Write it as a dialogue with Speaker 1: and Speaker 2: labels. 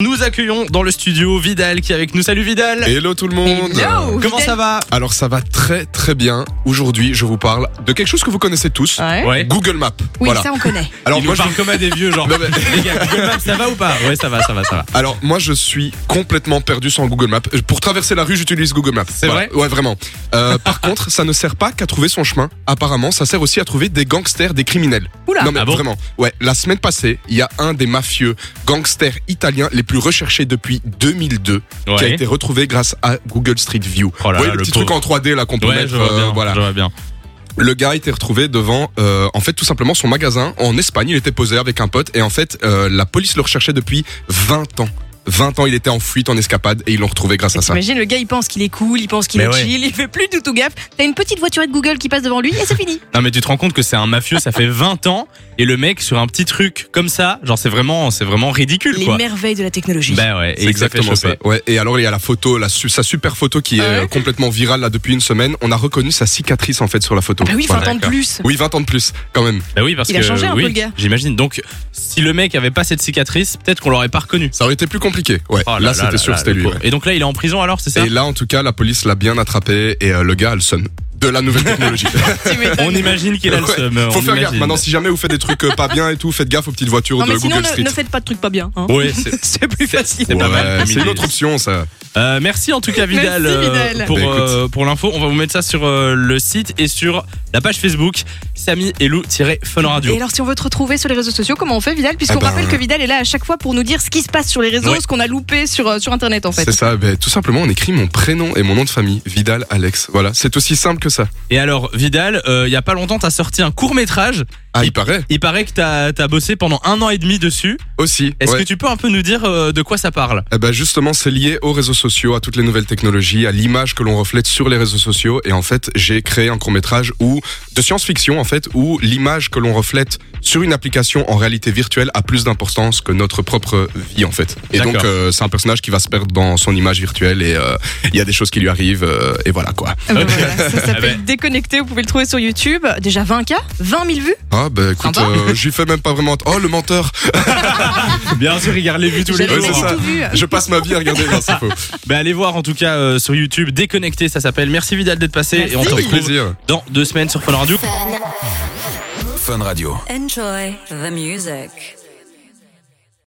Speaker 1: Nous accueillons dans le studio Vidal qui est avec nous. Salut Vidal
Speaker 2: Hello tout le monde
Speaker 3: Hello.
Speaker 1: Comment
Speaker 3: Vidal.
Speaker 1: ça va
Speaker 2: Alors ça va très très bien. Aujourd'hui je vous parle de quelque chose que vous connaissez tous.
Speaker 3: Ah, Ouais.
Speaker 1: Ouais.
Speaker 2: Google Maps.
Speaker 3: Oui,
Speaker 2: voilà.
Speaker 3: ça on connaît.
Speaker 2: Alors
Speaker 1: Il
Speaker 2: moi,
Speaker 1: nous
Speaker 2: je,
Speaker 1: parle comme à des vieux, genre.
Speaker 2: Non, mais-
Speaker 1: Les gars, Google Maps, ça va ou pas Ouais, ça va, ça va, ça va.
Speaker 2: alors moi je suis complètement perdu sans Google Maps. Euh, Pour traverser la rue j'utilise Google Maps.
Speaker 1: C'est vrai
Speaker 2: Ouais vraiment. Euh, par contre ça ne sert pas qu'à trouver son chemin. Apparemment ça sert aussi à trouver des gangsters, des criminels.
Speaker 3: Oula.
Speaker 2: non mais
Speaker 1: Ah bon
Speaker 2: vraiment. Ouais la semaine passée il y a un des mafieux gangsters italiens les plus recherchés depuis 2002 qui a
Speaker 1: Ouais.
Speaker 2: été retrouvé grâce à Google Street View.
Speaker 1: Oh là
Speaker 2: ouais
Speaker 1: là,
Speaker 2: le
Speaker 1: le
Speaker 2: petit truc en 3D là qu'on peut
Speaker 1: Ouais,
Speaker 2: mettre.
Speaker 1: je vois
Speaker 2: euh,
Speaker 1: bien.
Speaker 2: voilà.
Speaker 1: Je vois bien.
Speaker 2: le gars était retrouvé devant, euh, en fait, tout simplement son magasin en Espagne. Il était posé avec un pote et en fait, euh, la police le recherchait depuis 20 ans. 20 ans, il était en fuite, en escapade et ils l'ont retrouvé grâce à ça.
Speaker 3: T'imagines, le gars il pense qu'il est cool, il pense qu'il
Speaker 1: Mais
Speaker 3: est
Speaker 1: ouais.
Speaker 3: chill, il fait plus du tout gaffe. T'as une petite voiturette Google qui passe devant lui et c'est fini.
Speaker 1: Non, mais tu te rends compte que c'est un mafieux, ça fait 20 ans, et le mec sur un petit truc comme ça, genre c'est vraiment, c'est vraiment ridicule
Speaker 3: Les
Speaker 1: quoi.
Speaker 3: merveilles de la technologie.
Speaker 1: Bah ouais, et il s'est
Speaker 2: C'est
Speaker 1: fait
Speaker 2: exactement ça.
Speaker 1: choper.
Speaker 2: Ouais. Et alors, il y a la photo, la, su- sa super photo qui est
Speaker 3: Ah ouais
Speaker 2: euh, complètement virale là depuis une semaine. On a reconnu sa cicatrice en fait sur la photo.
Speaker 3: Ah bah oui, faut
Speaker 2: Voilà.
Speaker 3: attendre
Speaker 1: d'accord.
Speaker 3: plus.
Speaker 2: Oui, 20 ans de plus quand même.
Speaker 1: Bah oui, parce
Speaker 3: Il
Speaker 1: que.
Speaker 3: a changé un peu,
Speaker 1: oui,
Speaker 3: le gars.
Speaker 1: J'imagine. Donc, si le mec avait pas cette cicatrice, peut-être qu'on l'aurait pas reconnu.
Speaker 2: Ça aurait été plus compliqué. Ouais.
Speaker 1: Oh
Speaker 2: là, c'était sûr que
Speaker 1: là,
Speaker 2: c'était
Speaker 1: le
Speaker 2: lui.
Speaker 1: pauvre.
Speaker 2: ouais.
Speaker 1: Et donc là, il est en prison alors, c'est ça
Speaker 2: Et là, en tout cas, la police l'a bien attrapé et euh, le gars a le seum de la nouvelle technologie.
Speaker 3: Tu m'étonnes.
Speaker 1: On imagine qu'il a le
Speaker 2: Ouais.
Speaker 1: seum.
Speaker 2: Faut
Speaker 1: on
Speaker 2: faire gaffe.
Speaker 1: imagine.
Speaker 2: Maintenant, si jamais vous faites des trucs euh, pas bien et tout, faites gaffe aux petites voitures
Speaker 3: Non
Speaker 2: de
Speaker 3: mais sinon
Speaker 2: Google
Speaker 3: ne,
Speaker 2: Street.
Speaker 3: ne faites pas de trucs pas bien. hein.
Speaker 1: Ouais, c'est-
Speaker 3: C'est plus facile.
Speaker 1: c'est pas mal.
Speaker 2: Ouais,
Speaker 1: comme
Speaker 2: C'est une
Speaker 1: idée.
Speaker 2: autre option, ça.
Speaker 1: Euh, merci en tout cas Vidal,
Speaker 3: Merci,
Speaker 1: euh,
Speaker 3: Vidal.
Speaker 1: pour
Speaker 2: Bah, écoute.
Speaker 1: euh, pour l'info. On va vous mettre ça sur euh, le site et sur la page Facebook Samy et Lou Fun Radio.
Speaker 3: Et alors si on veut te retrouver sur les réseaux sociaux, comment on fait Vidal Puisqu'on
Speaker 2: Ah ben,
Speaker 3: rappelle que Vidal est là à chaque fois pour nous dire ce qui se passe sur les réseaux,
Speaker 1: Ouais.
Speaker 3: ce qu'on a loupé sur, euh, sur Internet en fait.
Speaker 2: C'est ça, ben, tout simplement, on écrit mon prénom et mon nom de famille, Vidal Alex. Voilà, c'est aussi simple que ça.
Speaker 1: Et alors Vidal, euh, il y a pas longtemps t'as sorti un court métrage.
Speaker 2: Ah,
Speaker 1: Et-
Speaker 2: il paraît
Speaker 1: Il paraît que t'as as bossé pendant un an et demi dessus.
Speaker 2: aussi.
Speaker 1: Est-ce
Speaker 2: ouais.
Speaker 1: que tu peux un peu nous dire euh, de quoi ça parle
Speaker 2: Eh ben, justement, c'est lié aux réseaux sociaux, à toutes les nouvelles technologies, à l'image que l'on reflète sur les réseaux sociaux. Et en fait, j'ai créé un court métrage où de science-fiction, en fait, où l'image que l'on reflète sur une application en réalité virtuelle a plus d'importance que notre propre vie, en fait. Et
Speaker 1: D'accord.
Speaker 2: donc, euh, c'est un personnage qui va se perdre dans son image virtuelle et euh, il y a des choses qui lui arrivent euh, et voilà quoi.
Speaker 3: Ah ben
Speaker 1: Ok.
Speaker 3: voilà, ça
Speaker 1: Ah ben.
Speaker 3: s'appelle Déconnecté, vous pouvez le trouver sur YouTube. Déjà 20K 20 000 vues
Speaker 2: Ah bah écoute,
Speaker 3: Sympa.
Speaker 2: euh, j'y fais même pas vraiment. att- Oh le menteur
Speaker 1: Ah. Bien sûr, regarde les vues tous
Speaker 3: J'avais
Speaker 2: jours,
Speaker 3: pas
Speaker 2: c'est ça.
Speaker 3: tout vu.
Speaker 2: Je passe ma vie à regarder. Non, c'est faux.
Speaker 1: Bah allez voir en tout cas euh, sur YouTube Déconnecté, ça s'appelle. Merci Vidal d'être passé et on se
Speaker 3: Merci.
Speaker 2: Avec
Speaker 1: retrouve
Speaker 2: plaisir.
Speaker 1: dans deux semaines sur Fun Radio.
Speaker 4: Enjoy the music.